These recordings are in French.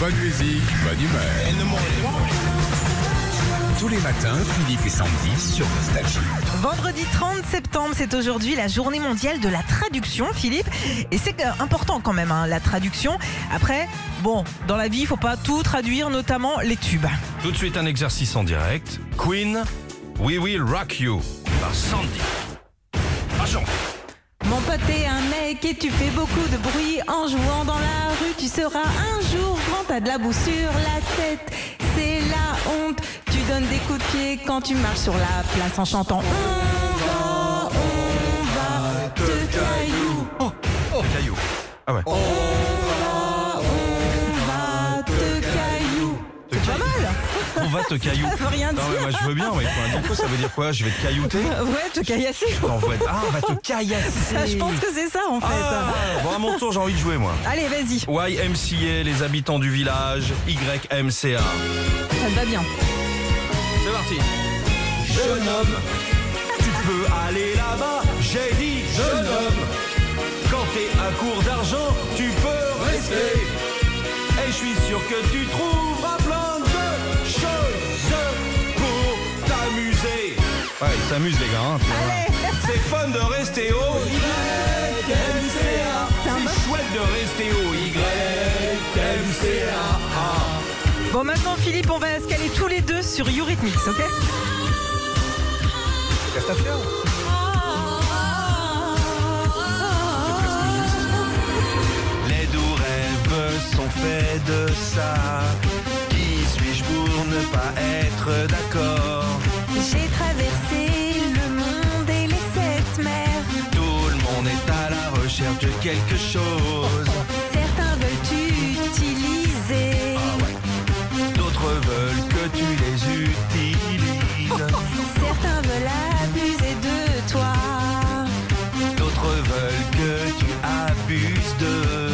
Bonne musique, bonne humeur. Tous les matins, Philippe et Sandy sur Nostalgie. Vendredi 30 septembre, c'est aujourd'hui la journée mondiale de la traduction, Philippe. Et c'est euh, important quand même, hein, la traduction. Après, bon, dans la vie, il faut pas tout traduire, notamment les tubes. Tout de suite un exercice en direct. Queen, We Will Rock You par Sandy. Argent. Mon pote est un mec et tu fais beaucoup de bruit en jouant dans la rue. Tu seras un jour quand t'as de la boue sur la tête. C'est la honte. Tu donnes des coups de pied quand tu marches sur la place en chantant. On va, on va, te caillou. Oh, Le caillou. Ah ouais. On va, te caillou. C'est pas mal. On va te caillou. Ça veut rien Non mais dire. moi je veux bien, mais quoi. du coup ça veut dire quoi Je vais te caillouter Ouais, te caillasser. On va être- Ah, on va te caillasser. Ça, je pense que c'est ça en fait. Ah, bon, à mon tour, j'ai envie de jouer moi. Allez, vas-y. Ça YMCA, les habitants du village. YMCA. te va bien. C'est parti. Jeune homme, tu peux aller là-bas. J'ai dit jeune homme. Quand t'es à court d'argent, tu peux rester. Et je suis sûr que tu trouveras plein de choses pour t'amuser. Ouais, ils s'amusent les gars. hein, tu vois. Allez. C'est fun de rester au YMCA. C'est chouette de rester au YMCA. Bon, maintenant, Philippe, on va se caler tous les deux sur Eurythmics, ok Les doux rêves sont faits de ça. Qui suis-je pour ne pas être d'accord J'ai traversé le monde et les sept mers. Tout le monde est à la recherche de quelque chose. Certains veulent t'utiliser. D'autres veulent que tu les utilises. Certains veulent abuser de toi. D'autres veulent que tu abuses d'eux.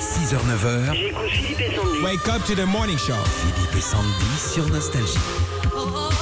6h, 9h, J'écoute Philippe et Sandy. Wake up to the morning show. Philippe et Sandy sur Nostalgie.